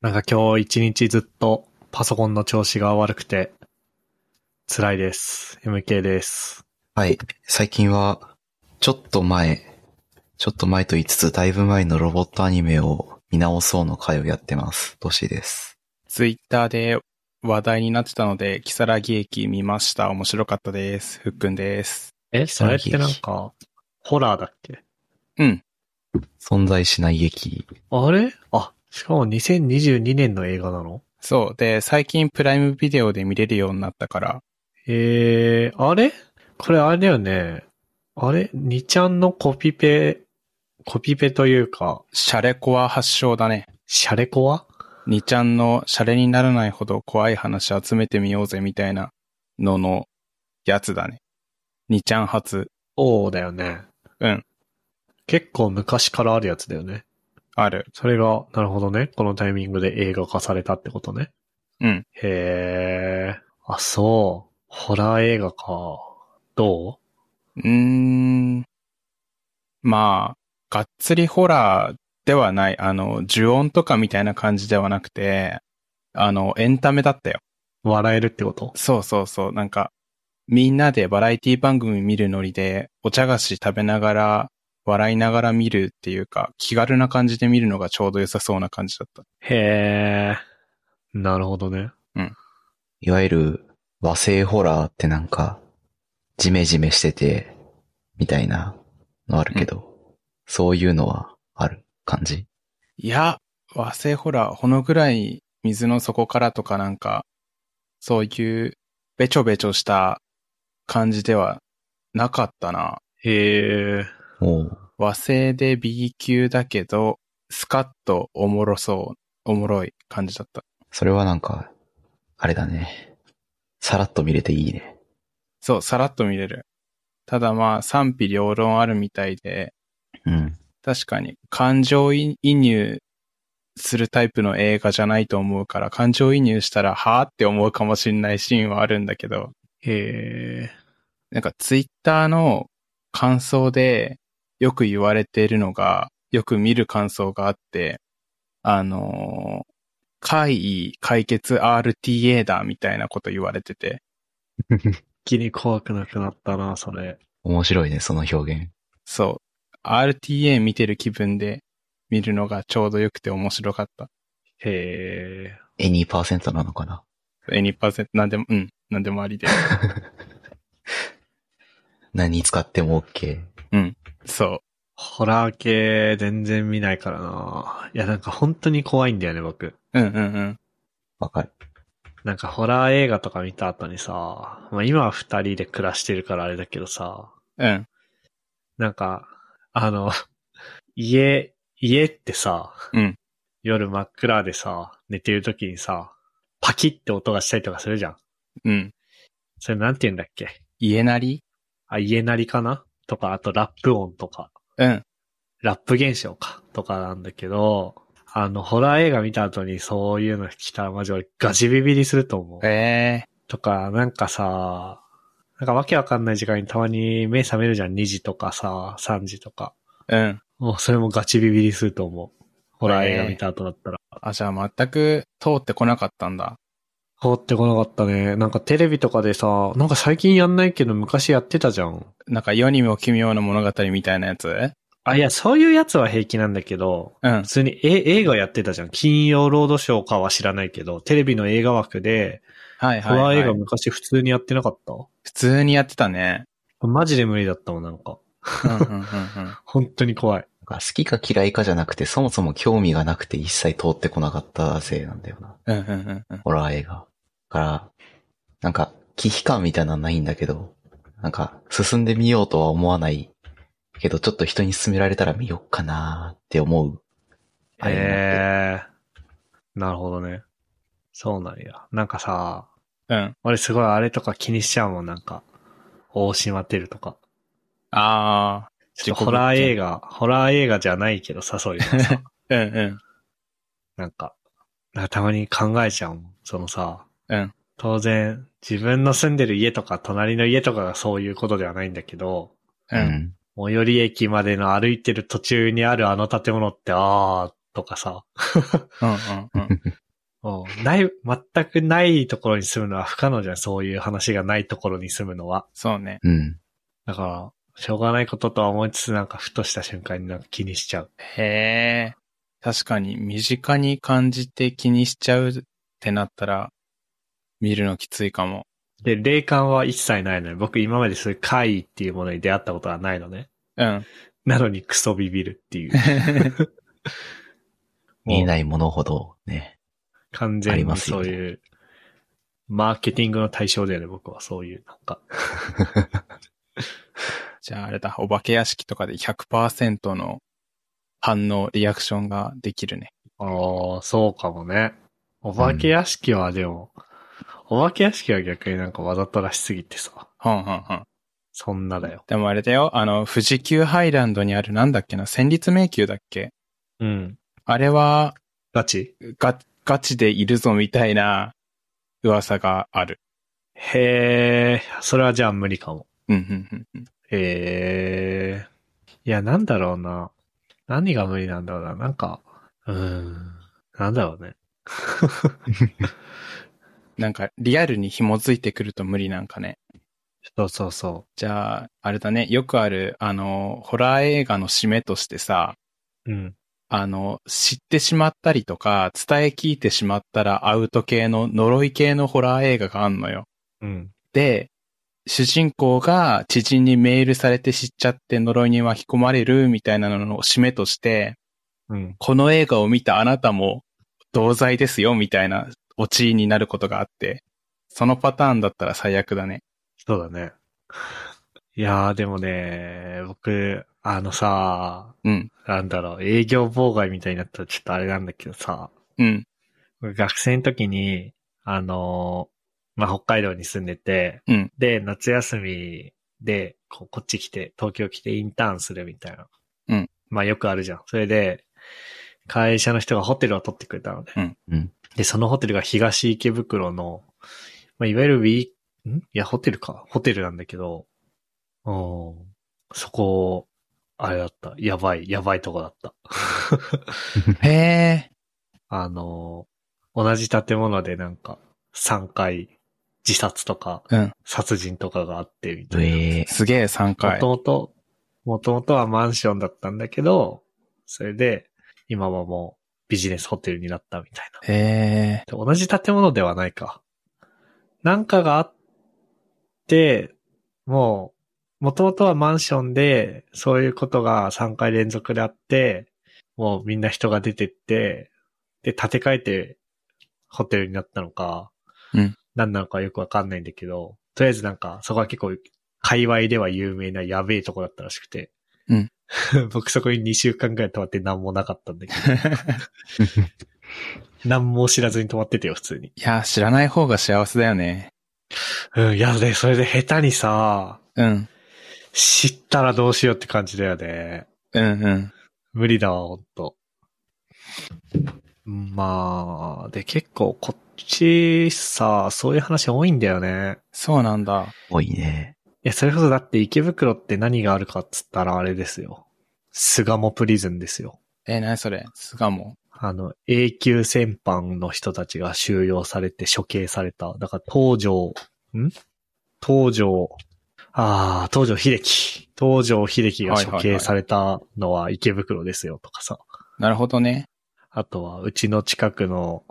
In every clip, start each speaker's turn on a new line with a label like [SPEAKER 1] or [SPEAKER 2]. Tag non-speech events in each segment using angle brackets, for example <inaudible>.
[SPEAKER 1] なんか今日一日ずっとパソコンの調子が悪くて、辛いです。MK です。
[SPEAKER 2] はい。最近は、ちょっと前、ちょっと前と言いつつ、だいぶ前のロボットアニメを見直そうの回をやってます。トシです。
[SPEAKER 3] ツイッターで話題になってたので、キサラギ駅見ました。面白かったです。ふっくんです。
[SPEAKER 1] え、それってなんか、ホラーだっけ
[SPEAKER 3] うん。
[SPEAKER 2] 存在しない劇。
[SPEAKER 1] あれあ、しかも2022年の映画なの
[SPEAKER 3] そう。で、最近プライムビデオで見れるようになったから、
[SPEAKER 1] えー、あれこれあれだよね。あれ ?2 ちゃんのコピペ、コピペというか、
[SPEAKER 3] シャレコア発祥だね。
[SPEAKER 1] シャレコア
[SPEAKER 3] にちゃんのシャレにならないほど怖い話集めてみようぜみたいなののやつだね。にちゃん初。
[SPEAKER 1] そうだよね。
[SPEAKER 3] うん。
[SPEAKER 1] 結構昔からあるやつだよね。
[SPEAKER 3] ある。
[SPEAKER 1] それが、なるほどね。このタイミングで映画化されたってことね。
[SPEAKER 3] うん。
[SPEAKER 1] へえ。あ、そう。ホラー映画か。ど
[SPEAKER 3] うーん。まあ、がっつりホラーではない。あの、呪音とかみたいな感じではなくて、あの、エンタメだったよ。
[SPEAKER 1] う笑えるってこと
[SPEAKER 3] そうそうそう。なんか、みんなでバラエティ番組見るノリで、お茶菓子食べながら、笑いながら見るっていうか、気軽な感じで見るのがちょうど良さそうな感じだった。
[SPEAKER 1] へえ。なるほどね。
[SPEAKER 2] いわゆる和製ホラーってなんか、ジメジメしてて、みたいなのあるけど、そういうのはある感じ。
[SPEAKER 3] いや、和製ホラー、ほのぐらい水の底からとかなんか、そういうべちょべちょした感じではなかったな。
[SPEAKER 1] へえ。
[SPEAKER 2] おう
[SPEAKER 3] 和製で B 級だけど、スカッとおもろそう、おもろい感じだった。
[SPEAKER 2] それはなんか、あれだね。さらっと見れていいね。
[SPEAKER 3] そう、さらっと見れる。ただまあ、賛否両論あるみたいで、 <laughs>
[SPEAKER 2] うん。
[SPEAKER 3] 確かに感情移入するタイプの映画じゃないと思うから、感情移入したら、はぁって思うかもしんないシーンはあるんだけど、
[SPEAKER 1] へえ。
[SPEAKER 3] なんかツイッターの感想でよく言われているのが、よく見る感想があって、あのー怪異解決 RTA だみたいなこと言われてて、
[SPEAKER 1] 一気に怖くなくなったな、それ。
[SPEAKER 2] 面白いね、その表現。
[SPEAKER 3] そう、RTA 見てる気分で見るのがちょうどよくて面白かった。
[SPEAKER 1] へえ。
[SPEAKER 2] え、2%なのかな
[SPEAKER 3] え、2%、なんでも、うん、なんでもあり <laughs> で。
[SPEAKER 2] 何使っても OK。
[SPEAKER 3] そ
[SPEAKER 1] ホラー系全然見ないからな。いや、なんか本当に怖いんだよね、僕。
[SPEAKER 3] う。うんうんうん。
[SPEAKER 2] わかる。
[SPEAKER 1] なんかホラー映画とか見た後にさ、まあ今は二人で暮らしてるからあれだけどさ、
[SPEAKER 3] うん。
[SPEAKER 1] なんか、あの、 <laughs> 家、家ってさ、
[SPEAKER 3] うん
[SPEAKER 1] 夜真っ暗でさ、寝てる時にさ、パキって音がしたりとかするじゃん。
[SPEAKER 3] うん。
[SPEAKER 1] それなんて言うんだっけ
[SPEAKER 3] 家なり
[SPEAKER 1] あ、家鳴りかなとか、あとラップ音とか、
[SPEAKER 3] うん。
[SPEAKER 1] ラップ現象かとかなんだけど、あの、ホラー映画見た後にそういうの来たらマジ俺ガチビビりすると思う。
[SPEAKER 3] ええ
[SPEAKER 1] とか、なんかさ、なんかわけわかんない時間にたまに目覚めるじゃん。2時とかさ、3時とか。
[SPEAKER 3] うん。
[SPEAKER 1] もうそれもガチビビりすると思う。ホラー映画見た後だったら。
[SPEAKER 3] あ、じゃあ全く通ってこなかったんだ。
[SPEAKER 1] 通ってこなかったね。なんかテレビとかでさ、なんか最近やんないけど昔やってたじゃん。
[SPEAKER 3] なんか世にも奇妙な物語みたいなやつ
[SPEAKER 1] あ、いや、そういうやつは平気なんだけど、
[SPEAKER 3] うん
[SPEAKER 1] 普。通にえ映画やってたじゃん。金曜ロードショーかは知らないけど、テレビの映画枠で、
[SPEAKER 3] はい
[SPEAKER 1] ホ
[SPEAKER 3] はい、
[SPEAKER 1] ラ
[SPEAKER 3] は
[SPEAKER 1] ー
[SPEAKER 3] い。
[SPEAKER 1] 映画昔普通にやってなかった、
[SPEAKER 3] 普通にやってたね。
[SPEAKER 1] マジで無理だったもん、なんか。
[SPEAKER 3] うんうん <laughs> うんうん。
[SPEAKER 1] 本当に怖い。
[SPEAKER 2] なんか好きか嫌いかじゃなくて、そもそも興味がなくて一切通ってこなかったせいなんだよな。
[SPEAKER 3] うんうんうんうん。
[SPEAKER 2] ホラー映画。だから、なんか、危機感みたいなのはないんだけど、なんか、進んでみようとは思わないけど、ちょっと人に勧められたら見よっかなーって思う。あれになって
[SPEAKER 1] えー、なるほどね。そうなんや。なんかさ、
[SPEAKER 3] うん。
[SPEAKER 1] 俺すごいあれとか気にしちゃうもん、なんか。大島てるとか。
[SPEAKER 3] ああ。
[SPEAKER 1] ちょっとホラー映画、ホラー映画じゃないけどさ、そういうの
[SPEAKER 3] <laughs>
[SPEAKER 1] さ。
[SPEAKER 3] うんうん。
[SPEAKER 1] なんか、なんかたまに考えちゃうもん。そのさ、
[SPEAKER 3] うん。
[SPEAKER 1] 当然、自分の住んでる家とか隣の家とかがそういうことではないんだけど、
[SPEAKER 3] うん。
[SPEAKER 1] 最寄り駅までの歩いてる途中にあるあの建物って、ああ、とかさ、
[SPEAKER 3] うんうんう
[SPEAKER 1] う
[SPEAKER 3] ん。
[SPEAKER 1] んない、全くないところに住むのは不可能じゃん。そういう話がないところに住むのは。
[SPEAKER 3] そうね。
[SPEAKER 2] <laughs> うん。
[SPEAKER 1] だから、しょうがないこととは思いつつ、なんかふとした瞬間になんか気にしちゃう。
[SPEAKER 3] へえ。確かに身近に感じて気にしちゃうってなったら、見るのきついかも。
[SPEAKER 1] で、霊感は一切ないのよ。僕今までそういう怪異っていうものに出会ったことはないのね。
[SPEAKER 3] うん。
[SPEAKER 1] なのにクソビビるっていう。
[SPEAKER 2] 見え
[SPEAKER 1] い。
[SPEAKER 2] ないものほど、ね。
[SPEAKER 1] 完
[SPEAKER 2] あり
[SPEAKER 1] 全
[SPEAKER 2] ま
[SPEAKER 1] に
[SPEAKER 2] すよ
[SPEAKER 1] そう
[SPEAKER 2] ね
[SPEAKER 1] いう、マーケティングの対象だよね、僕は。そういう、なんか。
[SPEAKER 3] じゃああれだ、お化け屋敷とかで100%の反応、リアクションができるね。
[SPEAKER 1] ああ、そうかもね。お化け屋敷はでも、お化け屋敷は逆になんかわざとらしすぎてさ、
[SPEAKER 3] はんはんはん。
[SPEAKER 1] そんなだよ。
[SPEAKER 3] でもあれだよ、あの、富士急ハイランドにあるなんだっけな、戦慄迷宮だっけ
[SPEAKER 1] うん。
[SPEAKER 3] あれは、
[SPEAKER 1] ガチ
[SPEAKER 3] ガ、ガチでいるぞみたいな噂がある。
[SPEAKER 1] へえ、それはじゃあ無理かも。
[SPEAKER 3] うん、うん、うんうん。
[SPEAKER 1] へえ。いや、なんだろうな。何が無理なんだろうな。なんか、うーん。なんだろうね。
[SPEAKER 3] なんか、リアルに紐づいてくると無理なんかね。
[SPEAKER 1] そうそうそ
[SPEAKER 3] じゃあ、あれだね、よくある、あの、ホラー映画の締めとしてさ、
[SPEAKER 1] う。うん。
[SPEAKER 3] あの、知ってしまったりとか、伝え聞いてしまったらアウト系の呪い系のホラー映画があんのよ。
[SPEAKER 1] うん。
[SPEAKER 3] で、主人公が知人にメールされて知っちゃって呪いに巻き込まれるみたいなのの締めとして、
[SPEAKER 1] うん。
[SPEAKER 3] この映画を見たあなたも同罪ですよみたいなオチになることがあって、そのパターンだったら最悪だね。
[SPEAKER 1] そうだね。 <laughs> いやー、でもね、僕、あのさ、
[SPEAKER 3] うん。
[SPEAKER 1] なんだろう、営業妨害みたいになったらちょっとあれなんだけどさ、
[SPEAKER 3] うん。
[SPEAKER 1] 学生の時に、あのーまあ、北海道に住んでて、
[SPEAKER 3] うん
[SPEAKER 1] で、夏休みでこう、こっち来て、東京来てインターンするみたいな。
[SPEAKER 3] うん
[SPEAKER 1] まあ、よくあるじゃん。それで、会社の人がホテルを取ってくれたので。
[SPEAKER 3] うん
[SPEAKER 2] うん
[SPEAKER 1] で、そのホテルが東池袋の、まあ、いわゆるウィー、んいや、ホテルか。ホテルなんだけど、うん。そこ、あれだった。やばい、やばいとこだった。
[SPEAKER 3] へえ。
[SPEAKER 1] あの、同じ建物でなんか、3回、自殺とか、
[SPEAKER 3] うん
[SPEAKER 1] 殺人とかがあって、みたい
[SPEAKER 2] ええ
[SPEAKER 3] すげえ3
[SPEAKER 1] な。
[SPEAKER 3] 回。
[SPEAKER 1] もともと、もともとはマンションだったんだけど、それで、今はもうビジネスホテルになったみたいな。
[SPEAKER 3] へえ。
[SPEAKER 1] で同じ建物ではないか。なんかがあって、もう、もともとはマンションで、そういうことが3回連続であって、もうみんな人が出てって、で、建て替えてホテルになったのか、
[SPEAKER 3] うん
[SPEAKER 1] 何なのかよくわかんないんだけど、とりあえずなんか、そこは結構、界隈では有名なやべえとこだったらしくて。
[SPEAKER 3] うん
[SPEAKER 1] <laughs> 僕そこに2週間くらい泊まって何もなかったんだけど、何も知らずに泊まっててよ、普通に。
[SPEAKER 3] いや、知らない方が幸せだよね。
[SPEAKER 1] うん、いやで、それで下手にさ、
[SPEAKER 3] うん。
[SPEAKER 1] 知ったらどうしようって感じだよね。
[SPEAKER 3] うんうん。
[SPEAKER 1] 無理だわ、ほんと。まあ、で、結構こっちさ、そういう話多いんだよね。
[SPEAKER 3] そうなんだ。
[SPEAKER 2] 多いね。
[SPEAKER 1] いや、それこそだって池袋って何があるかっつったらあれですよ。巣鴨プリズンですよ。
[SPEAKER 3] えー、何それ巣鴨。
[SPEAKER 1] あの、永久戦犯の人たちが収容されて処刑された。だから、東条、ん東条、ああ、東条秀樹。東条秀樹が処刑されたのは池袋ですよ、とかさ。
[SPEAKER 3] なるほどね。
[SPEAKER 1] あとは、うちの近くの、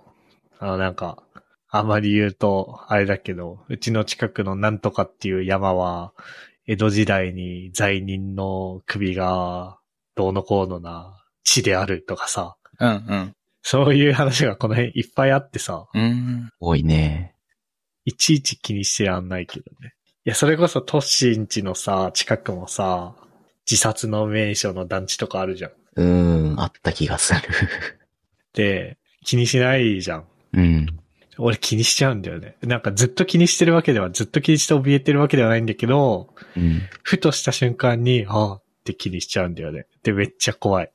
[SPEAKER 1] あの、なんか、あまり言うと、あれだけど、うちの近くのなんとかっていう山は、江戸時代に罪人の首が、どうのこうのな、地であるとかさ。
[SPEAKER 3] うんうん。
[SPEAKER 1] そういう話がこの辺いっぱいあってさ、
[SPEAKER 3] うーん。
[SPEAKER 2] 多いね。
[SPEAKER 1] いちいち気にしてらんないけどね。いや、それこそ都心地のさ、近くもさ、自殺の名所の団地とかあるじゃん。
[SPEAKER 2] うーん、あった気がする。
[SPEAKER 1] で、気にしないじゃん。
[SPEAKER 2] うん。
[SPEAKER 1] 俺気にしちゃうんだよね。なんかずっと気にしてるわけでは、ずっと気にして怯えてるわけではないんだけど、
[SPEAKER 2] うん。
[SPEAKER 1] ふとした瞬間に、ああって気にしちゃうんだよね。で、めっちゃ怖い。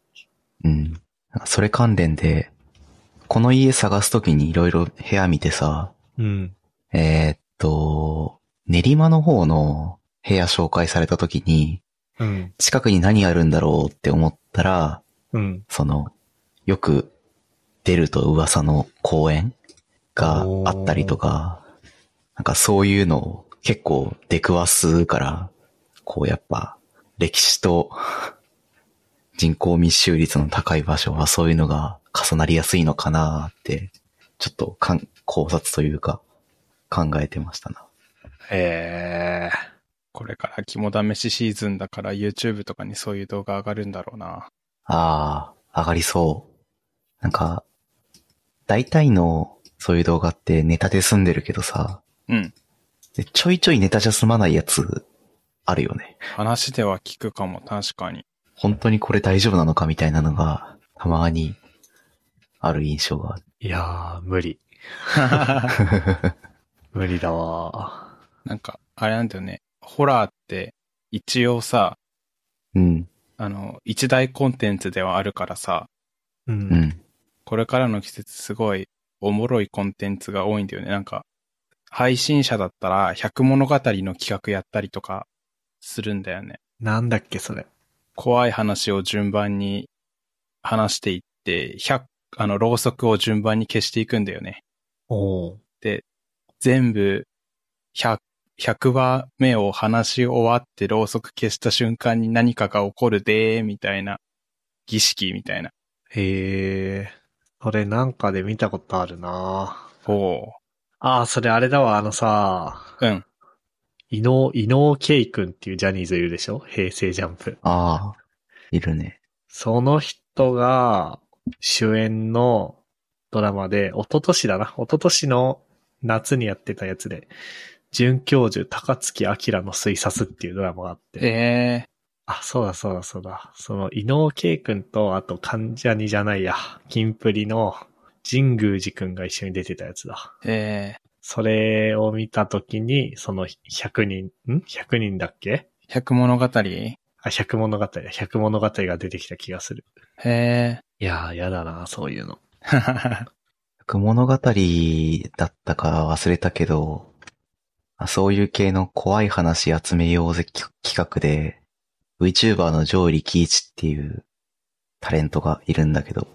[SPEAKER 2] うん。なんかそれ関連で、この家探すときにいろいろ部屋見てさ、
[SPEAKER 1] うん。
[SPEAKER 2] えーっと、練馬の方の部屋紹介されたときに、
[SPEAKER 1] うん。
[SPEAKER 2] 近くに何あるんだろうって思ったら、
[SPEAKER 1] うん。
[SPEAKER 2] その、よく出ると噂の公演があったりとか、なんかそういうのを結構出くわすから、こうやっぱ歴史と人口密集率の高い場所はそういうのが重なりやすいのかなって、ちょっとかん考察というか考えてましたな。
[SPEAKER 3] ええこれから肝試しシーズンだから YouTube とかにそういう動画上がるんだろうな。
[SPEAKER 2] ああ、上がりそう。なんか、大体のそういう動画ってネタで済んでるけどさ、
[SPEAKER 3] うん。
[SPEAKER 2] でちょいちょいネタじゃ済まないやつあるよね。
[SPEAKER 3] 話では聞くかも、確かに。
[SPEAKER 2] 本当にこれ大丈夫なのかみたいなのが、たまに、ある印象がある。
[SPEAKER 1] いやー、無理。無理だわ
[SPEAKER 3] なんか、あれなんだよね。ホラーって、一応さ、
[SPEAKER 2] うん、
[SPEAKER 3] あの、一大コンテンツではあるからさ、
[SPEAKER 1] ー。うん。
[SPEAKER 2] うん、
[SPEAKER 3] これからの季節すごいおもろいコンテンツが多いんだよね。なんか、配信者だったら100物語の企画やったりとかするんだよね。
[SPEAKER 1] なんだっけ、それ。
[SPEAKER 3] 怖い話を順番に話していって、100、あの、ろうそくを順番に消していくんだよね。
[SPEAKER 1] おー。
[SPEAKER 3] 全部100、100話目を話し終わってろうそく消した瞬間に何かが起こるでー、みたいな、儀式みたいな。
[SPEAKER 1] へえ。それなんかで見たことあるな
[SPEAKER 3] ほ
[SPEAKER 1] ああ、それあれだわ、あのさ、
[SPEAKER 3] う。うん。
[SPEAKER 1] 伊能、伊能圭君っていうジャニーズいるでしょ平成ジャンプ。
[SPEAKER 2] ああ、いるね。
[SPEAKER 1] その人が主演のドラマで、一昨年だな。一昨年の夏にやってたやつで、准教授高槻明の推察っていうドラマがあって。
[SPEAKER 3] え
[SPEAKER 1] あ、そうだそうだそうだ。その、伊能圭君と、あと、関ジャニじゃないや、キンプリの神宮寺君が一緒に出てたやつだ。
[SPEAKER 3] ー、え
[SPEAKER 1] それを見たときに、その100人、ん ?100 人だっけ
[SPEAKER 3] ー、100物語え
[SPEAKER 1] あ、100物語だ。100物語が出てきた気がする。
[SPEAKER 3] ー、 <laughs>
[SPEAKER 1] いやー、やだな、そういうの。
[SPEAKER 2] 物語だったか忘れたけど、あそういう系の怖い話集めようぜ企画で、VTuber の上力貴一っていうタレントがいるんだけど、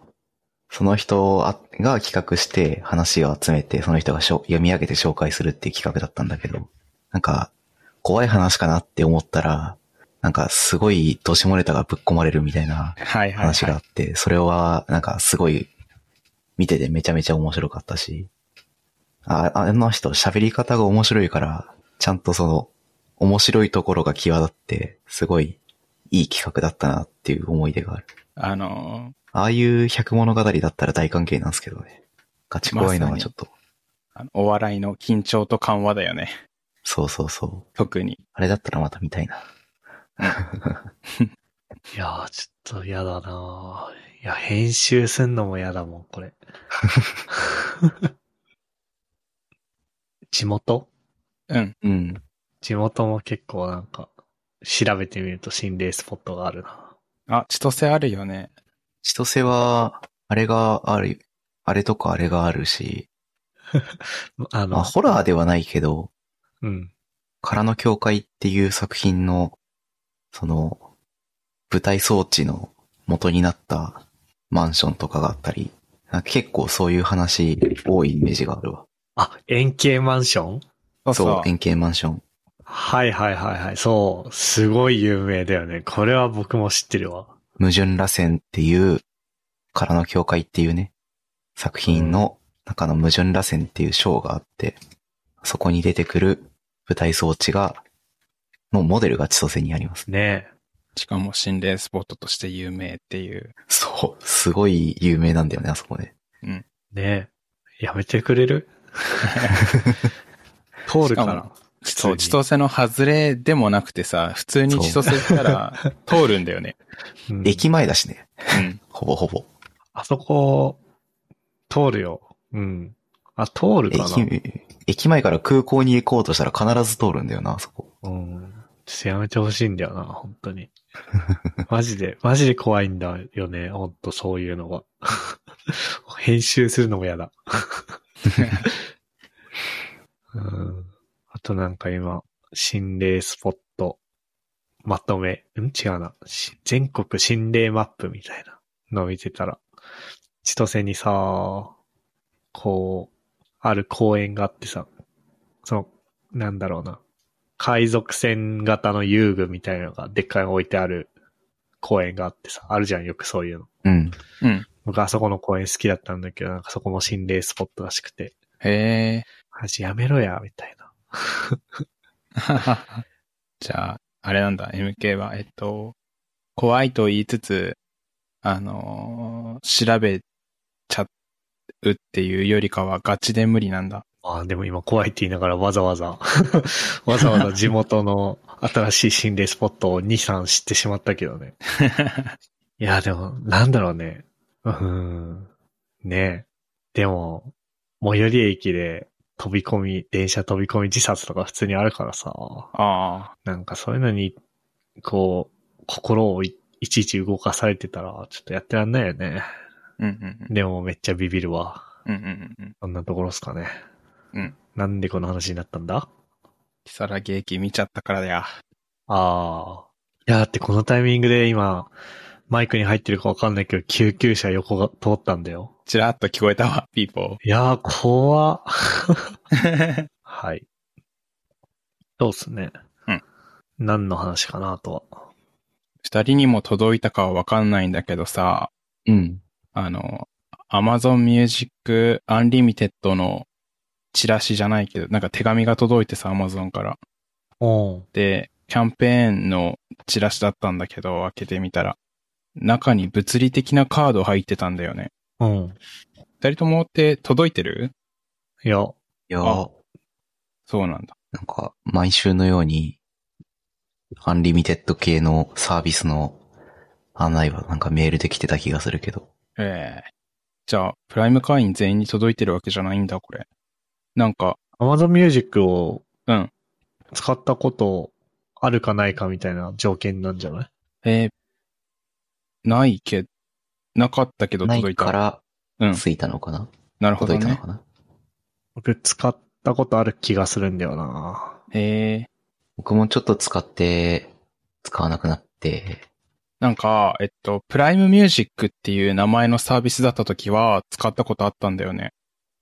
[SPEAKER 2] その人がが企画して話を集めて、その人がしょ読み上げて紹介するっていう企画だったんだけど、なんか、怖い話かなって思ったら、なんかすごいどしもれたがぶっ込まれるみたいな
[SPEAKER 3] はいはい、
[SPEAKER 2] 話があ
[SPEAKER 3] は
[SPEAKER 2] って、それは、なんかすごい、見ててめちゃめちゃ面白かったし、ああの人喋り方が面白いから、ちゃんとその、面白いところが際立って、すごいいい企画だったなっていう思い出がある。
[SPEAKER 3] い。あの
[SPEAKER 2] ああいう百物語だったら大関係なんですけどね。ガチ怖いのはちょっと、
[SPEAKER 3] ーあのお笑いの緊張と緩和だよね。
[SPEAKER 2] そうそうそう。
[SPEAKER 3] 特に。
[SPEAKER 2] あれだったらまた見たいな。
[SPEAKER 1] いやー、ちょっとやだないや、編集すんのもやだもん、これ。 <laughs> 地元
[SPEAKER 3] うん。
[SPEAKER 2] うん。
[SPEAKER 1] 地元も結構なんか、調べてみると心霊スポットがあるな。
[SPEAKER 3] あ、千歳あるよね。
[SPEAKER 2] 千歳は、あれがある、あれとかあれがあるし、
[SPEAKER 1] あ
[SPEAKER 2] まあ
[SPEAKER 1] の、
[SPEAKER 2] ホラーではないけど、
[SPEAKER 1] うん。
[SPEAKER 2] 空の教会っていう作品の、その、舞台装置の元になったマンションとかがあったり、なんか結構そういう話多いイメージがあるわ。
[SPEAKER 1] あ、円形マンション
[SPEAKER 3] そう
[SPEAKER 2] そう
[SPEAKER 3] そう。
[SPEAKER 2] 円形マンション。
[SPEAKER 1] はいはいはいはい。そう。すごい有名だよね。これは僕も知ってるわ。
[SPEAKER 2] 矛盾螺旋っていう、空の教会っていうね、作品の中の矛盾螺旋っていう章があって、そこに出てくる舞台装置が、のモデルが千歳にあります。
[SPEAKER 1] ね
[SPEAKER 3] しかも心霊スポットとして有名っていう。
[SPEAKER 2] そう。すごい有名なんだよね、あそこね。
[SPEAKER 1] え。ねえ。やめてくれ
[SPEAKER 2] <laughs>
[SPEAKER 1] る通るか
[SPEAKER 3] しからも。そう、千歳の外れでもなくてさ、普通に千歳行ったら通るんだよね。
[SPEAKER 1] うん
[SPEAKER 2] 駅前だしね。
[SPEAKER 3] うん。
[SPEAKER 2] ほぼほぼ。
[SPEAKER 1] あそこ、通るよ。うん。あ、通るかな
[SPEAKER 2] 駅、駅前から空港に行こうとしたら必ず通るんだよな、あそこ。
[SPEAKER 1] うん。ちょっとやめてほしいんだよな、本当に。 <laughs> マジで、マジで怖いんだよね、ほんとそういうのが。 <laughs> 編集するのも嫌だ。うん。あとなんか今、心霊スポット、まとめ、ん違うな。し全国心霊マップみたいなのを見てたら、千歳にさ、こう、ある公園があってさ、その、なんだろうな、海賊船型の遊具みたいなのがでっかいの置いてある公園があってさ、あるじゃん、よくそういうの。
[SPEAKER 2] うん。
[SPEAKER 3] うん。
[SPEAKER 1] 僕あそこの公園好きだったんだけど、なんかそこも心霊スポットらしくて、
[SPEAKER 3] へえ。
[SPEAKER 1] マジやめろや、みたいな。
[SPEAKER 3] <laughs> じゃあ、あれなんだ、MK は、えっと、怖いと言いつつ、あのー調べちゃうっていうよりかはガチで無理なんだ。
[SPEAKER 1] まあでも今怖いって言いながらわざわざ、 <laughs> わざわざ地元の新しい心霊スポットを2、3知ってしまったけどね。いやでも、なんだろうね。うーん。ねえ。でも、最寄り駅で飛び込み、電車飛び込み自殺とか普通にあるからさ。
[SPEAKER 3] <laughs> ああ。
[SPEAKER 1] なんかそういうのに、こう、心をいいちいち動かされてたら、ちょっとやってらんないよね。
[SPEAKER 3] うんうん
[SPEAKER 1] でもめっちゃビビるわ。
[SPEAKER 3] うん。うんうんうん。
[SPEAKER 1] そんなところっすかね。
[SPEAKER 3] うん。
[SPEAKER 1] なんでこの話になったんだ
[SPEAKER 3] キサラゲ駅見ちゃったからだよ。
[SPEAKER 1] ああ。いや、だってこのタイミングで今、マイクに入ってるかわかんないけど、救急車横が通ったんだよ。
[SPEAKER 3] ちらっと聞こえたわ、ピーポ
[SPEAKER 1] いやー、怖っ
[SPEAKER 3] <laughs> ー。
[SPEAKER 1] はい。そうっすね。
[SPEAKER 3] うん。
[SPEAKER 1] 何の話かなとは。
[SPEAKER 3] 二人にも届いたかはわかんないんだけどさ、
[SPEAKER 2] うん。
[SPEAKER 3] あの、Amazon Music Unlimited のチラシじゃないけど、なんか手紙が届いてさ、Amazon から。
[SPEAKER 1] おう
[SPEAKER 3] で、キャンペーンのチラシだったんだけど、開けてみたら、中に物理的なカード入ってたんだよね。
[SPEAKER 1] うん。
[SPEAKER 3] 二人ともって届いてる
[SPEAKER 1] いや、
[SPEAKER 2] いや
[SPEAKER 3] あ
[SPEAKER 2] ー、
[SPEAKER 3] そうなんだ。
[SPEAKER 2] なんか、毎週のように、アンリミテッド系のサービスの案内はなんかメールで来てた気がするけど。
[SPEAKER 3] ええじゃあ、プライム会員全員に届いてるわけじゃないんだ、これ。なんか、
[SPEAKER 1] Amazon Music を
[SPEAKER 3] うん。
[SPEAKER 1] 使ったことあるかないかみたいな条件なんじゃない
[SPEAKER 3] えーないけ、なかったけど
[SPEAKER 2] な
[SPEAKER 3] 届
[SPEAKER 2] い
[SPEAKER 3] いた。
[SPEAKER 2] から、
[SPEAKER 3] うん
[SPEAKER 2] ついたのかな、
[SPEAKER 3] なるほど
[SPEAKER 2] 届いたの
[SPEAKER 3] ね。
[SPEAKER 2] かな
[SPEAKER 1] 僕使ったことある気がするんだよな。
[SPEAKER 3] えー、
[SPEAKER 2] 僕もちょっと使って、使わなくなって、
[SPEAKER 3] なんか、えっと、プライムミュージックっていう名前のサービスだった時は使ったことあったんだよね。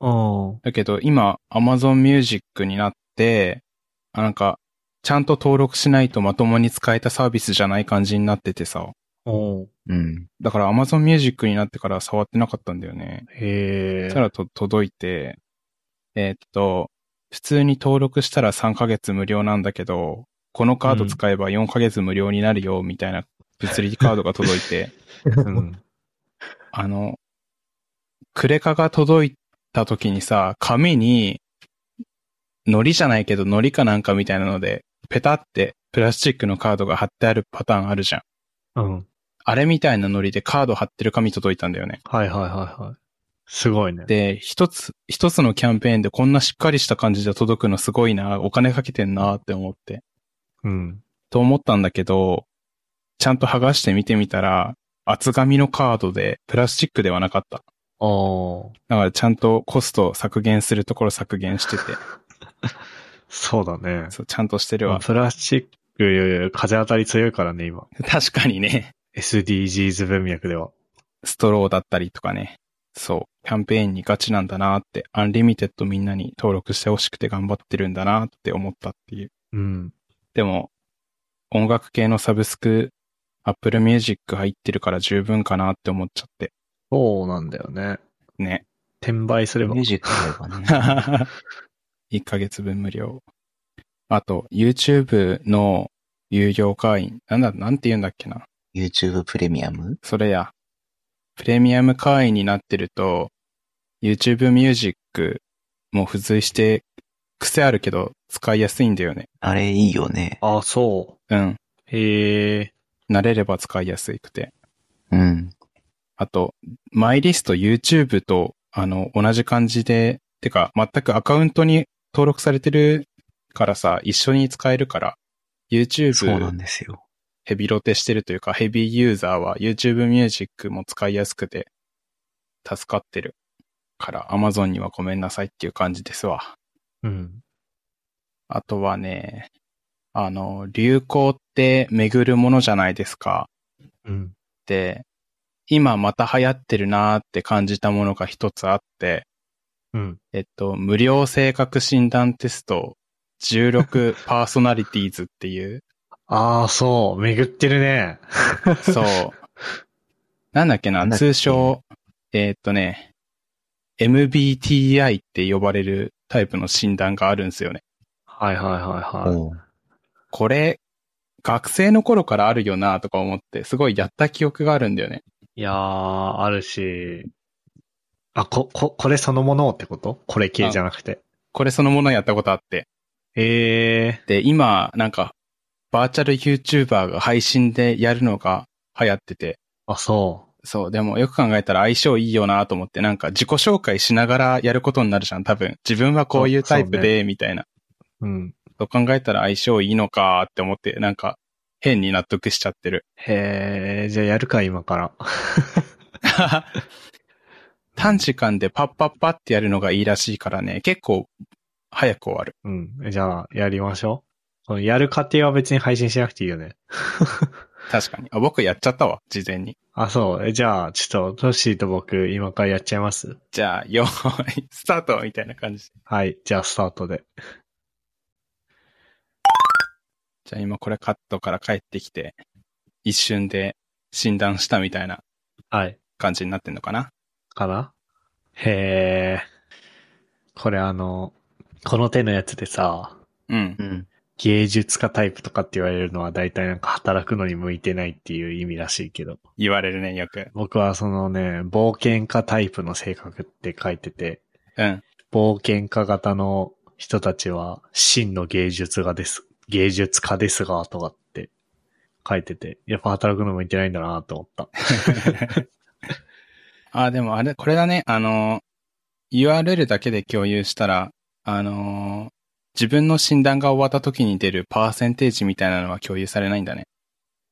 [SPEAKER 1] うん。
[SPEAKER 3] だけど今、Amazon Music になって、あなんか、ちゃんと登録しないとまともに使えたサービスじゃない感じになっててさ。
[SPEAKER 1] うん。
[SPEAKER 2] うん。
[SPEAKER 3] だから Amazon Music になってから触ってなかったんだよね。
[SPEAKER 1] へ
[SPEAKER 3] そした
[SPEAKER 1] え。
[SPEAKER 3] らと届いて、えーっと、普通に登録したら3ヶ月無料なんだけど、このカード使えば4ヶ月無料になるよ、みたいな物理カードが届いて、
[SPEAKER 1] うん。
[SPEAKER 3] あの、クレカが届いた時にさ、紙に、糊じゃないけど、糊かなんかみたいなので、ペタってプラスチックのカードが貼ってあるパターンあるじゃん。
[SPEAKER 1] うん。
[SPEAKER 3] あれみたいな糊でカード貼ってる紙届いたんだよね。
[SPEAKER 1] はいはいはいはい。すごいね。
[SPEAKER 3] で、一つ、一つのキャンペーンでこんなしっかりした感じで届くのすごいな、お金かけてんなって思って。
[SPEAKER 1] うん。
[SPEAKER 3] と思ったんだけど、ちゃんと剥がして見てみたら、厚紙のカードで、プラスチックではなかった。
[SPEAKER 1] ああ。
[SPEAKER 3] だからちゃんとコスト削減するところ削減してて、
[SPEAKER 1] そうだね。
[SPEAKER 3] そう、ちゃんとしてる
[SPEAKER 1] ま
[SPEAKER 3] わ
[SPEAKER 1] あ。プラスチック、風当たり強いからね、今。
[SPEAKER 3] 確かにね、
[SPEAKER 1] SDGs 文脈では。
[SPEAKER 3] ストローだったりとかね。そう、キャンペーンにガチなんだなって、アンリミテッドみんなに登録してほしくて頑張ってるんだなって思ったっていう。
[SPEAKER 1] うん。
[SPEAKER 3] でも、音楽系のサブスク、Apple Music 入ってるから十分かなって思っちゃって。
[SPEAKER 1] そうなんだよね。
[SPEAKER 3] ね。 <laughs>
[SPEAKER 1] 転売す
[SPEAKER 2] ミ
[SPEAKER 1] れば
[SPEAKER 2] ュー。ジックあればね。
[SPEAKER 3] 1ヶ月分無料。あと、YouTube の有料会員。なんだ、なんて言うんだっけな。
[SPEAKER 2] YouTube プレミアム
[SPEAKER 3] それや。プレミアム会員になってると、YouTube Music も付随して、癖あるけど使いやすいんだよね。
[SPEAKER 2] あれいいよね。
[SPEAKER 1] あ、そ
[SPEAKER 3] うん。
[SPEAKER 1] う。へえ。
[SPEAKER 3] 慣れれば使いやすくて。
[SPEAKER 2] うん。
[SPEAKER 3] あと、マイリスト YouTube と、あの、同じ感じで、てか、全くアカウントに登録されてるからさ、一緒に使えるから、
[SPEAKER 2] そうな
[SPEAKER 3] YouTube
[SPEAKER 2] んですよ。
[SPEAKER 3] ヘビロテしてるというか、ヘビーユーザーは YouTube Music も使いやすくて、助かってるから、Amazon にはごめんなさいっていう感じですわ。
[SPEAKER 1] うん。
[SPEAKER 3] あとはね、あの、流行って巡るものじゃないですか。
[SPEAKER 1] うん。
[SPEAKER 3] で、今また流行ってるなーって感じたものが一つあって、
[SPEAKER 1] うん。
[SPEAKER 3] えっと、無料性格診断テスト16パーソナリティーズっていう、
[SPEAKER 1] ああ、そう。巡ってるね。
[SPEAKER 3] そう。 <laughs> なんだっけ
[SPEAKER 2] な
[SPEAKER 3] な、
[SPEAKER 2] んだっけ
[SPEAKER 3] 通称、えっとね、MBTI って呼ばれるタイプの診断があるんですよね。
[SPEAKER 1] はいはいはいはい。
[SPEAKER 2] おう
[SPEAKER 3] これ、学生の頃からあるよなとか思って、すごいやった記憶があるんだよね。
[SPEAKER 1] いやー、あるし。あ、こ、こ、これそのものをってことこれ系じゃなくて。
[SPEAKER 3] これそのものやったことあって。
[SPEAKER 1] ええ
[SPEAKER 3] で、今、なんか、バーチャル YouTuber が配信でやるのが流行ってて、
[SPEAKER 1] あ、そ
[SPEAKER 3] そう、でもよく考えたら相性いいよなと思って、なんか自己紹介しながらやることになるじゃん、多分。自分はこういうタイ
[SPEAKER 1] そ
[SPEAKER 3] プ
[SPEAKER 1] うそ
[SPEAKER 3] で、みたいな。
[SPEAKER 1] う。うん。
[SPEAKER 3] そう考えたら相性いいのかって思って、なんか、変に納得しちゃってる。
[SPEAKER 1] へえ、じゃあやるか、今から。
[SPEAKER 3] 短時間でパッパッパってやるのがいいらしいからね、結構早く終わる。
[SPEAKER 1] うん。じゃあ、やりましょう。このやる過程は別に配信しなくていいよね。
[SPEAKER 3] 確かに。あ僕やっちゃったわ、事前に。
[SPEAKER 1] あ、そう。えじゃあ、ちょっと、トッシーと僕、今からやっちゃいます。
[SPEAKER 3] じゃあ、よーい、 <laughs> スタートみたいな感じ。
[SPEAKER 1] はい。じゃあ、スタートで。
[SPEAKER 3] じゃあ今これカットから帰ってきて、一瞬で診断したみたいな
[SPEAKER 1] はい。
[SPEAKER 3] 感じになってんのかな
[SPEAKER 1] かなへえ。これあの、この手のやつでさ、
[SPEAKER 3] うん。
[SPEAKER 2] うん。
[SPEAKER 1] 芸術家タイプとかって言われるのは大体なんか働くのに向いてないっていう意味らしいけど。
[SPEAKER 3] 言われるね、よく。
[SPEAKER 1] 僕はそのね、冒険家タイプの性格って書いてて、
[SPEAKER 3] うん。
[SPEAKER 1] 冒険家型の人たちは真の芸術家です。芸術家ですが、とかって書いてて、やっぱ働くの向いてないんだなと思った。
[SPEAKER 3] <laughs> あ、でもあれ、これだね、あの、URL だけで共有したら、あのー自分の診断が終わった時に出るパーセンテージみたいなのは共有されないんだね。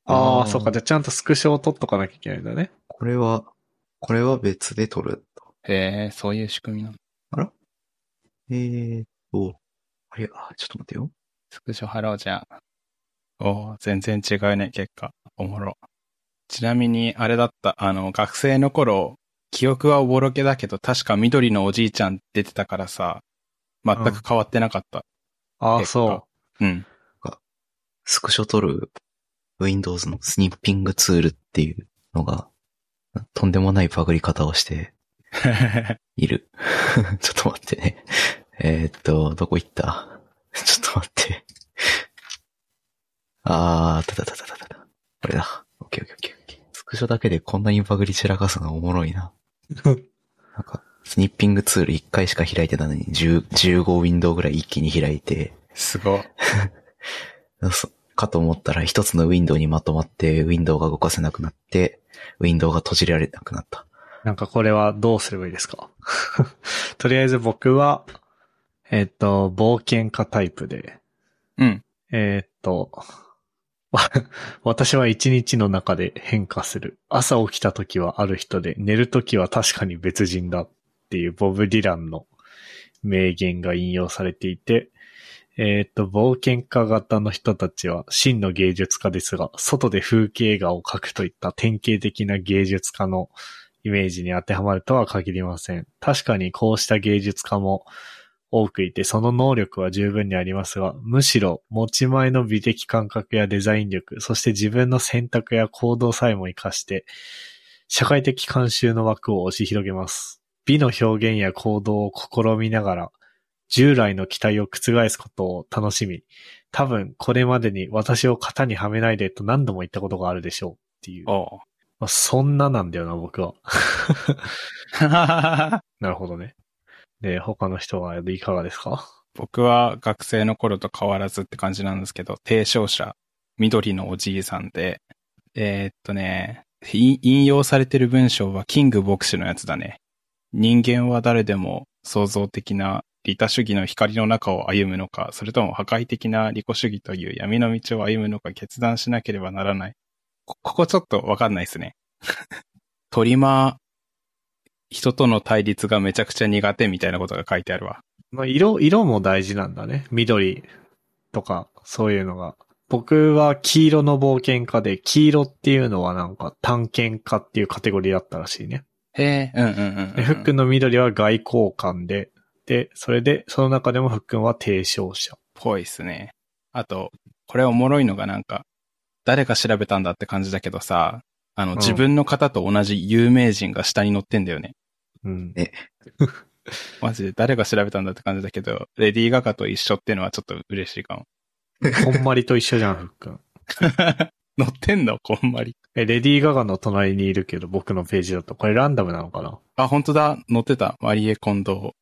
[SPEAKER 1] あ
[SPEAKER 2] あー
[SPEAKER 1] あ、そうか。じゃあちゃんとスクショを取っとかなきゃいけないんだね。
[SPEAKER 2] これは、これは別で撮ると。
[SPEAKER 3] へえ、そういう仕組みなの。
[SPEAKER 2] えーっと、あれ、あ、ちょっと待ってよ。
[SPEAKER 3] スクショ貼ろうじゃあ。おー全然違うね、結果。おもろ。ちなみに、あれだった、あの、学生の頃、記憶はおぼろけだけど、確か緑のおじいちゃん出てたからさ、全く変わってなかった。
[SPEAKER 1] ああ、
[SPEAKER 3] 結果
[SPEAKER 1] そう。
[SPEAKER 3] うん。
[SPEAKER 2] スクショ撮る Windows のスニッピングツールっていうのが、とんでもないパグり方をしている。 <laughs> ちょっと待ってね。えーっと、どこ行ったちょっと待って。あー、たたたたたたた。これだ。オッケーオッケーオッケーオッケー。スクショだけでこんなにパグり散らかすのおもろいな。なんか、スニッピングツール1回しか開いてたのに、10 15ウィンドウぐらい一気に開いて、
[SPEAKER 3] <laughs> すごい。
[SPEAKER 2] そかと思ったら一つのウィンドウにまとまって、ウィンドウが動かせなくなって、ウィンドウが閉じられなくなった。
[SPEAKER 1] なんかこれはどうすればいいですか <laughs> とりあえず僕は、えっ、と、冒険家タイプで、
[SPEAKER 3] うん。
[SPEAKER 1] えっ、と、 <laughs> わ私は一日の中で変化する。朝起きた時はある人で、寝る時は確かに別人だっていうボブ・ディランの名言が引用されていて、えっ、と、冒険家型の人たちは真の芸術家ですが、外で風景画を描くといった典型的な芸術家のイメージに当てはまるとは限りません。確かにこうした芸術家も多くいて、その能力は十分にありますが、むしろ持ち前の美的感覚やデザイン力、そして自分の選択や行動さえも活かして、社会的慣習の枠を押し広げます。美の表現や行動を試みながら、従来の期待を覆すことを楽しみ、多分これまでに私を型にはめないでと何度も言ったことがあるでしょうっていう。
[SPEAKER 3] お <laughs> う
[SPEAKER 1] まあ、そんななんだよな、僕は。なるほどね。で、他の人はいかがですか
[SPEAKER 3] 僕は学生の頃と変わらずって感じなんですけど、提唱者、緑のおじいさんで、えーっとね、い引用されてる文章はキング牧師のやつだね。人間は誰でも創造的な利他主義の光の中を歩むのか、それとも破壊的な利己主義という闇の道を歩むのか決断しなければならない。こここちょっとわかんないですね。 <laughs> トリマー、人との対立がめちゃくちゃ苦手みたいなことが書いてあるわ。
[SPEAKER 1] まあ、色、色も大事なんだね。緑とか、そういうのが僕は黄色の冒険家で、黄色っていうのはなんか探検家っていうカテゴリーだったらしいね。
[SPEAKER 3] へえ、うんうんうん、う
[SPEAKER 1] で、
[SPEAKER 3] ん。
[SPEAKER 1] ふっくんの緑は外交官で、で、それで、その中でもふっくんは提唱者。
[SPEAKER 3] ぽいっすね。あと、これおもろいのがなんか、誰が調べたんだって感じだけどさ、あの、
[SPEAKER 1] ん
[SPEAKER 3] 自分の方と同じ有名人が下に載ってんだよね。
[SPEAKER 1] うん。
[SPEAKER 3] マジで誰が調べたんだって感じだけど、レディーガガと一緒っていうのはちょっと嬉しいかも。 <laughs>
[SPEAKER 1] こんまりと一緒じゃん、ふっくん。
[SPEAKER 3] 載ってんのこんまり。
[SPEAKER 1] え、レディーガガの隣にいるけど、僕のページだと。これランダムなのかな
[SPEAKER 3] あ、本当だ。載ってた。マリエ・コンド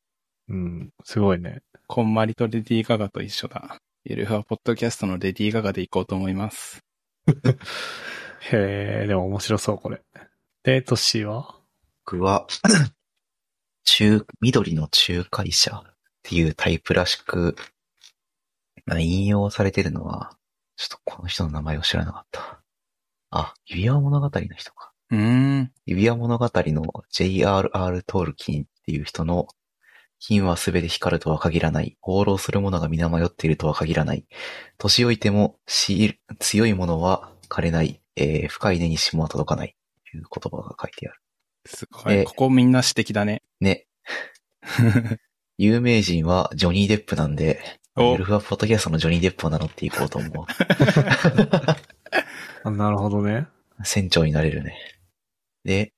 [SPEAKER 3] ー。
[SPEAKER 1] うん。すごいね。
[SPEAKER 3] こんまりとレディーガガと一緒だ。ゆるふわポッドキャストのレディーガガで行こうと思います。
[SPEAKER 1] へえ、でも面白そう、これ。で、年は
[SPEAKER 2] 僕は、 <coughs> 中、緑の仲介者っていうタイプらしく、まあ引用されてるのは、ちょっとこの人の名前を知らなかった。あ、指輪物語の人か。
[SPEAKER 3] うーん。
[SPEAKER 2] 指輪物語の J.R.R. トールキンっていう人の、金はすべて光るとは限らない。放浪する者が皆迷っているとは限らない。年老いても強い強い者は枯れない。えー深い根に霜は届かない。という言葉が書いてある。
[SPEAKER 3] すごい。
[SPEAKER 2] え
[SPEAKER 3] ここみんな指摘だね。
[SPEAKER 2] ね。
[SPEAKER 3] <laughs>
[SPEAKER 2] 有名人はジョニー・デップなんで、
[SPEAKER 3] お
[SPEAKER 2] ウルフはポッドキャストのジョニー・デップを名乗っていこうと思う。
[SPEAKER 1] あなるほどね。
[SPEAKER 2] 船長になれるね。で、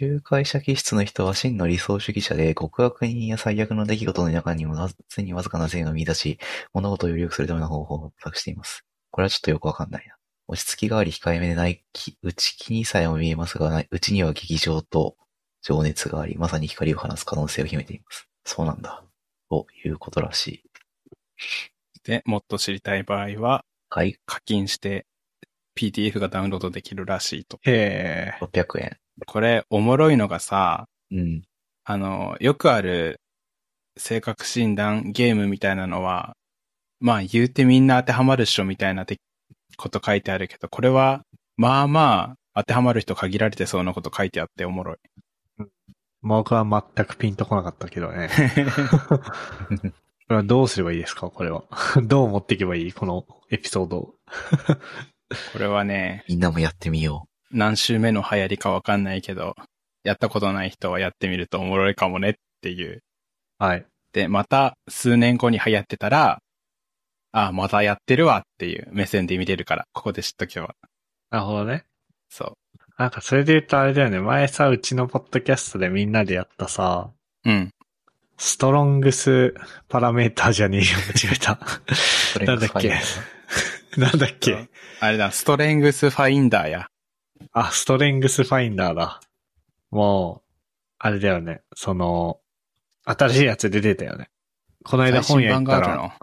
[SPEAKER 2] 仲介者気質の人は真の理想主義者で、極悪人や最悪の出来事の中にもな常にわずかな善を見出し、物事を有力するための方法を模索しています。これはちょっとよくわかんないな。落ち着きがあり控えめでない気、内気にさえも見えますが、ないうちには劇場と情熱があり、まさに光を放つ可能性を秘めています。そうなんだ。ということらしい。
[SPEAKER 3] で、もっと知りたい場合は、
[SPEAKER 2] はい、
[SPEAKER 3] 課金して PDF がダウンロードできるらしいと。
[SPEAKER 1] へえ。
[SPEAKER 2] 600円。
[SPEAKER 3] これ、おもろいのがさ、
[SPEAKER 2] うん。
[SPEAKER 3] あの、よくある性格診断ゲームみたいなのは、まあ言うてみんな当てはまるっしょみたいなてこと書いてあるけど、これは、まあまあ当てはまる人限られてそうなこと書いてあっておもろい。
[SPEAKER 1] 僕は全くピンとこなかったけどね。 <laughs> これはどうすればいいですかこれは。 <laughs> どう持っていけばいいこのエピソードを。
[SPEAKER 3] これはね、
[SPEAKER 2] みんなもやってみよ
[SPEAKER 3] 何週目の流行りかわかんないけど、やったことない人はやってみるとおもろいかもねっていう。
[SPEAKER 1] はい。
[SPEAKER 3] で、また数年後に流行ってたら、ああ、またやってるわっていう目線で見れるから、ここで知っとけば。
[SPEAKER 1] なるほどね。
[SPEAKER 3] そ
[SPEAKER 1] なんかそれで言うとあれだよね。前さ、うちのポッドキャストでみんなでやったさ、
[SPEAKER 3] う。うん。
[SPEAKER 1] ストロングスパラメーターじゃねえよ。間違え <laughs> た。
[SPEAKER 2] う。それ
[SPEAKER 1] なん
[SPEAKER 2] が
[SPEAKER 1] だっ
[SPEAKER 2] ファイ
[SPEAKER 1] け
[SPEAKER 2] ナル
[SPEAKER 1] なんだっ
[SPEAKER 3] そう
[SPEAKER 1] け
[SPEAKER 3] あれだ、ストレングスファインダーや。
[SPEAKER 1] あ、ストレングスファインダーだ。もう、あれだよね。その、新しいやつ出てたよね。この間本屋行ったら、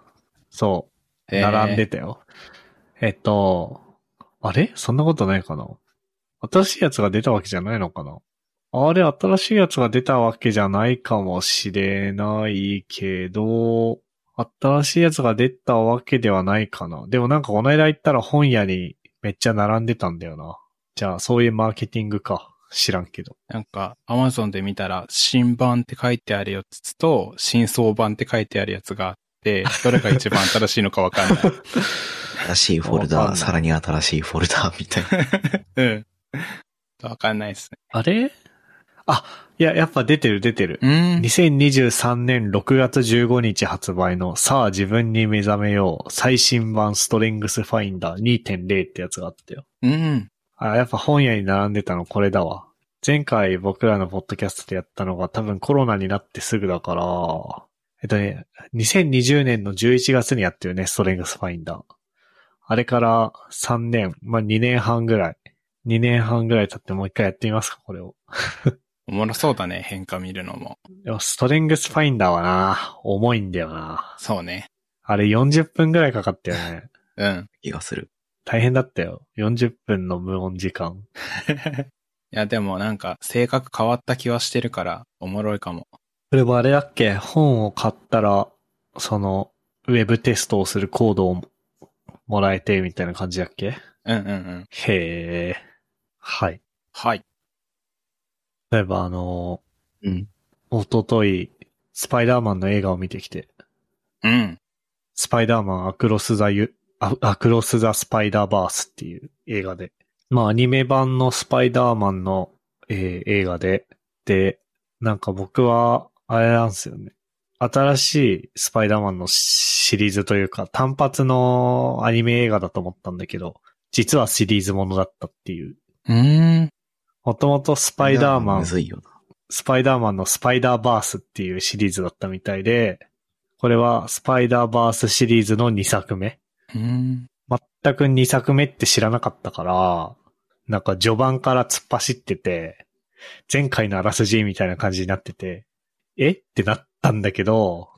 [SPEAKER 1] そう、
[SPEAKER 3] へー
[SPEAKER 1] 並んでたよ。えっと、あれそんなことないかな新しいやつが出たわけじゃないのかなあれ、新しいやつが出たわけじゃないかもしれないけど、新しいやつが出たわけではないかな。でもなんかこの間行ったら本屋にめっちゃ並んでたんだよな。じゃあ、そういうマーケティングか。知らんけど。
[SPEAKER 3] なんか、アマゾンで見たら、新版って書いてあるやつと、新装版って書いてあるやつがあって、どれが一番新しいのかわかんない。
[SPEAKER 1] <laughs>
[SPEAKER 2] 新しいフォル
[SPEAKER 1] わかん
[SPEAKER 2] ダ
[SPEAKER 1] な
[SPEAKER 2] ー、
[SPEAKER 1] い
[SPEAKER 2] さらに新しいフォルダーみたいな。
[SPEAKER 3] うん。わかんないですね。
[SPEAKER 1] あれあ、いや、やっぱ出てる出てる。
[SPEAKER 3] うん。
[SPEAKER 1] 2023年6月15日発売のさあ自分に目覚めよう最新版ストレングスファインダー2.0ってやつがあったよ。
[SPEAKER 3] うん。
[SPEAKER 1] あ、やっぱ本屋に並んでたのこれだわ。前回僕らのポッドキャストでやったのが多分コロナになってすぐだから、えっとね、2020年の11月にやってるね、ストレングスファインダー。あれから3年、まあ、2年半ぐらい。2年半ぐらい経ってもう一回やってみますか、これを。
[SPEAKER 3] おもろそうだね、変化見るのも。
[SPEAKER 1] でもストレングスファインダーはな、重いんだよな。
[SPEAKER 3] そうね。
[SPEAKER 1] あれ40分ぐらいかかったよ <laughs> ね。
[SPEAKER 3] うん。
[SPEAKER 2] 気がする。
[SPEAKER 1] 大変だったよ。40分の無音時間。
[SPEAKER 3] いや、でもなんか、性格変わった気はしてるから、おもろいかも。
[SPEAKER 1] これもあれだっけ本を買ったら、その、ウェブテストをするコードをもらえて、みたいな感じだっけ
[SPEAKER 3] うんうんうん。
[SPEAKER 1] へえ。はい。
[SPEAKER 3] はい。
[SPEAKER 1] 例えばあの、
[SPEAKER 2] うん。
[SPEAKER 1] おととい、スパイダーマンの映画を見てきて、
[SPEAKER 3] うん。
[SPEAKER 1] スパイダーマンアクロスザユ、アアクロス・ザ・スパイダーバースっていう映画で。まあ、アニメ版のスパイダーマンの、えー映画で。で、なんか僕は、あれなんですよね。新しいスパイダーマンのシリーズというか、単発のアニメ映画だと思ったんだけど、実はシリーズものだったっていう。
[SPEAKER 3] うーん。
[SPEAKER 1] もともと <laughs> スパイダーマン
[SPEAKER 2] むずいよな。
[SPEAKER 1] スパイダーマンのスパイダーバースっていうシリーズだったみたいで、これはスパイダーバースシリーズの2作目。
[SPEAKER 3] うーん。
[SPEAKER 1] 全く2作目って知らなかったから、なんか序盤から突っ走ってて、前回のあらすじみたいな感じになってて、えってなったんだけど、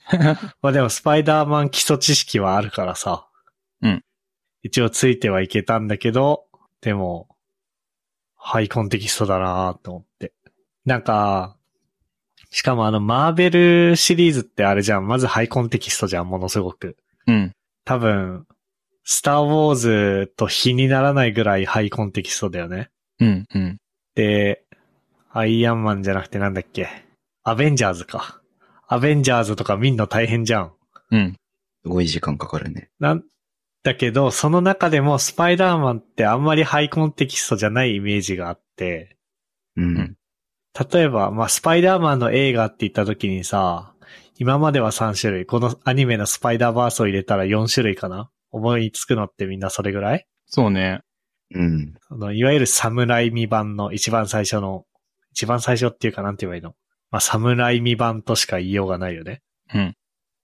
[SPEAKER 1] まあでもスパイダーマン基礎知識はあるからさ。
[SPEAKER 3] うん。
[SPEAKER 1] 一応ついてはいけたんだけど、でも、ハイコンテキストだなぁと思って。なんか、しかもあの、マーベルシリーズってあれじゃん。まずハイコンテキストじゃん、ものすごく。
[SPEAKER 3] うん。
[SPEAKER 1] 多分、スターウォーズと比にならないぐらいハイコンテキストだよね。
[SPEAKER 3] うん。うん。
[SPEAKER 1] で、アイアンマンじゃなくてなんだっけ。アベンジャーズか。アベンジャーズとか見んの大変じゃん。
[SPEAKER 3] うん。
[SPEAKER 2] すごい時間かかるね。
[SPEAKER 1] なんだけど、その中でもスパイダーマンってあんまりハイコンテキストじゃないイメージがあって、
[SPEAKER 2] うん。
[SPEAKER 1] 例えば、まあ、スパイダーマンの映画って言った時にさ、今までは3種類、このアニメのスパイダーバースを入れたら4種類かな思いつくのってみんなそれぐらい
[SPEAKER 3] そうね。
[SPEAKER 2] うん。
[SPEAKER 1] その、いわゆるサムライミ版の一番最初の、一番最初っていうかなんて言えばいいのまあ、サムライミ版としか言いようがないよね。
[SPEAKER 3] うん。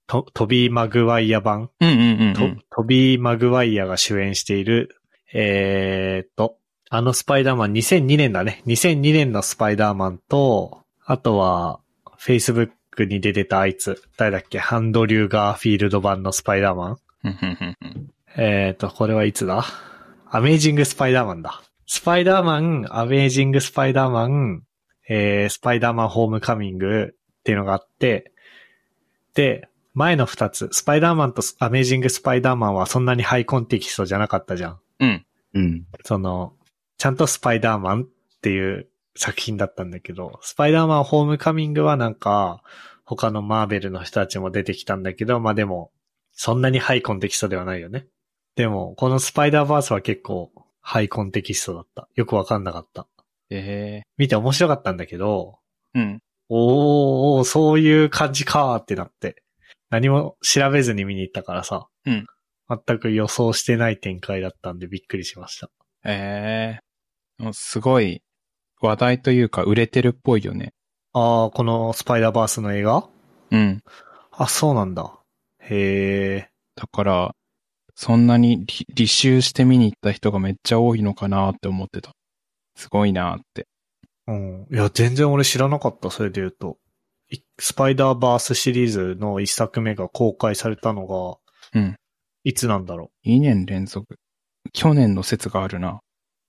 [SPEAKER 1] と、トビー・マグワイア版、
[SPEAKER 3] うんうんうん、う
[SPEAKER 1] と
[SPEAKER 3] ん。
[SPEAKER 1] トビー・マグワイアが主演している、えーっと、あのスパイダーマン2002年だね。2002年のスパイダーマンと、あとは、Facebook に出てたあいつ、誰だっけハンドリュー・ガーフィールド版のスパイダーマン
[SPEAKER 3] うんうんうん
[SPEAKER 1] えーと、これはいつだアメージングスパイダーマンだ。スパイダーマン、アメージングスパイダーマン、えー、スパイダーマンホームカミングっていうのがあって、で、前の二つ、スパイダーマンとスアメージングスパイダーマンはそんなにハイコンテキストじゃなかったじゃん。
[SPEAKER 3] うん。
[SPEAKER 2] うん。
[SPEAKER 1] その、ちゃんとスパイダーマンっていう作品だったんだけど、スパイダーマンホームカミングはなんか、他のマーベルの人たちも出てきたんだけど、まあでも、そんなにハイコンテキストではないよね。でも、このスパイダーバースは結構ハイコンテキストだった。よくわかんなかった。
[SPEAKER 3] え
[SPEAKER 1] 見て面白かったんだけど、
[SPEAKER 3] えうん。
[SPEAKER 1] おー、そういう感じかーってなって、何も調べずに見に行ったからさ、
[SPEAKER 3] うん
[SPEAKER 1] 全く予想してない展開だったんでびっくりしました。
[SPEAKER 3] ええもうすごい話題というか売れてるっぽいよね。
[SPEAKER 1] ああ、このスパイダーバースの映画
[SPEAKER 3] うん。
[SPEAKER 1] あ、そうなんだ。へえ。
[SPEAKER 3] だから、そんなに履履修して見に行った人がめっちゃ多いのかなって思ってた。すごいなって。
[SPEAKER 1] うん。いや、全然俺知らなかった、それで言うと。いスパイダーバースシリーズの一作目が公開されたのが、
[SPEAKER 3] うん。
[SPEAKER 1] いつなんだろ
[SPEAKER 3] 2年連続。去年の説があるな。
[SPEAKER 1] う。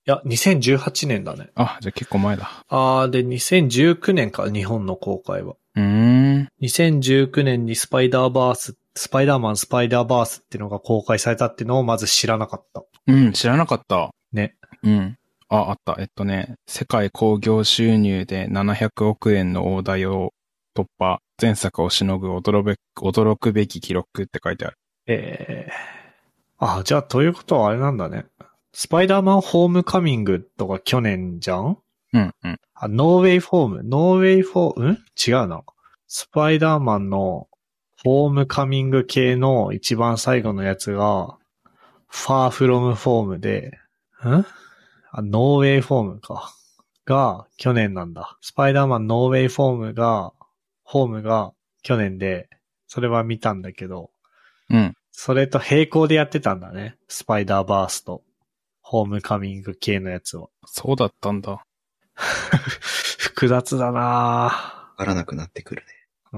[SPEAKER 1] いや、2018年だね。
[SPEAKER 3] あ、じゃあ結構前だ。
[SPEAKER 1] ああ、で、2019年か、日本の公開は。
[SPEAKER 3] うーん。
[SPEAKER 1] 2019年にスパイダーバース、スパイダーマン、スパイダーバースっていうのが公開されたっていうのをまず知らなかった。
[SPEAKER 3] うん、知らなかった。
[SPEAKER 1] ね。
[SPEAKER 3] うん。あ、あった。えっとね、世界興行収入で700億円の大台を突破、前作をしのぐ驚べ驚くべき記録って書いてある。
[SPEAKER 1] ええあ、じゃあ、ということはあれなんだね。スパイダーマンホームカミングとか去年じゃん
[SPEAKER 3] うん、うん。
[SPEAKER 1] あ、ノーウェイフォーム。ノーウェイフォーム、ん違うな。スパイダーマンのホームカミング系の一番最後のやつが、ファーフロムフォームで、んあ、ノーウェイフォームか。が、去年なんだ。スパイダーマンノーウェイフォームが、フォームが去年で、それは見たんだけど、
[SPEAKER 3] うん。
[SPEAKER 1] それと並行でやってたんだね。スパイダーバースと、ホームカミング系のやつを。 <laughs>
[SPEAKER 3] そうだったんだ。
[SPEAKER 1] 複雑だな
[SPEAKER 2] わからなくなってくるね。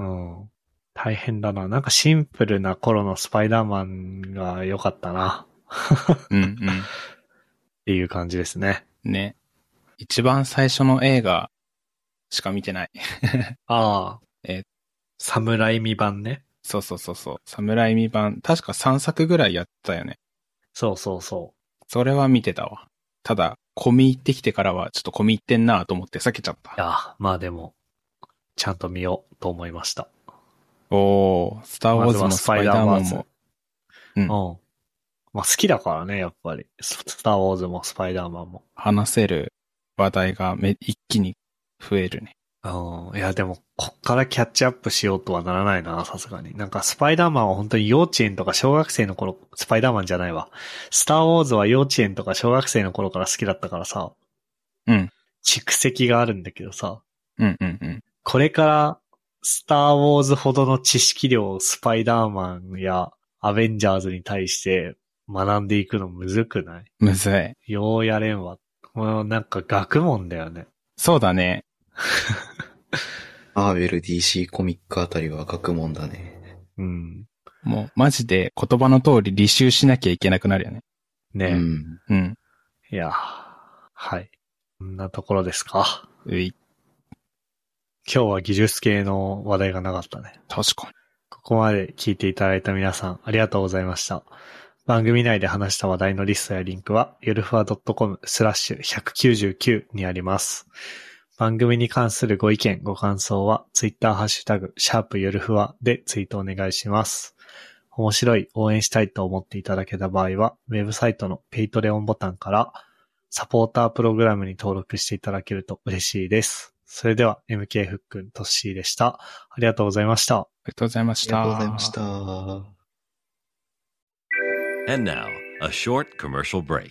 [SPEAKER 1] ぁうん。大変だななんかシンプルな頃のスパイダーマンが良かったな
[SPEAKER 3] うん、うん。
[SPEAKER 1] っていう感じですね。
[SPEAKER 3] ね。一番最初の映画しか見てない。
[SPEAKER 1] ああ。
[SPEAKER 3] え
[SPEAKER 1] サムライミ版ね。
[SPEAKER 3] そうそうそうそう。侍未版。確か3作ぐらいやったよね。
[SPEAKER 1] そうそうそ
[SPEAKER 3] それは見てたわ。ただ、込み入ってきてからは、ちょっと込み入ってんなと思って避けちゃっ
[SPEAKER 1] う。い
[SPEAKER 3] た。
[SPEAKER 1] やー、まあでも、ちゃんと見ようと思いました。
[SPEAKER 3] おー、スターウォーズもスパイダーマンも。
[SPEAKER 1] うん。まあ好きだからね、やっぱり。ススターウォーズもスパイダーマンも。
[SPEAKER 3] 話せる話題がめ一気に増えるね。
[SPEAKER 1] うん。いや、でも、こっからキャッチアップしようとはならないな、さすがに。なんか、スパイダーマンは本当に幼稚園とか小学生の頃、スパイダーマンじゃないわ。スターウォーズは幼稚園とか小学生の頃から好きだったからさ、
[SPEAKER 3] うん。
[SPEAKER 1] 蓄積があるんだけどさ、
[SPEAKER 3] うんうんうん。
[SPEAKER 1] これから、スターウォーズほどの知識量をスパイダーマンやアベンジャーズに対して学んでいくのむずくない
[SPEAKER 3] むずい。
[SPEAKER 1] ようやれんわ。もうなんか学問だよね。
[SPEAKER 3] そうだね。
[SPEAKER 2] マーベル DC コミックあたりは学問だね。
[SPEAKER 1] うん。
[SPEAKER 3] もうマジで言葉の通り履修しなきゃいけなくなるよね。
[SPEAKER 1] ね、
[SPEAKER 2] うん。
[SPEAKER 3] うん。
[SPEAKER 1] いやー、はい。こんなところですか。
[SPEAKER 3] うい、
[SPEAKER 1] 今日は技術系の話題がなかったね。
[SPEAKER 3] 確かに。
[SPEAKER 1] ここまで聞いていただいた皆さん、ありがとうございました。番組内で話した話題のリストやリンクは、ゆるふわ .com スラッシュ199にあります。番組に関するご意見、ご感想は、ツイッターハッシュタグ、シャープゆるふわでツイートお願いします。面白い、応援したいと思っていただけた場合は、ウェブサイトのペイトレオンボタンから、サポータープログラムに登録していただけると嬉しいです。それでは、MK ふっくん、とっしーでした。ありがとうございました。
[SPEAKER 3] ありがとうございま
[SPEAKER 2] あ
[SPEAKER 3] し
[SPEAKER 2] り
[SPEAKER 3] た。
[SPEAKER 2] がとうございました。
[SPEAKER 4] And now, a short commercial break.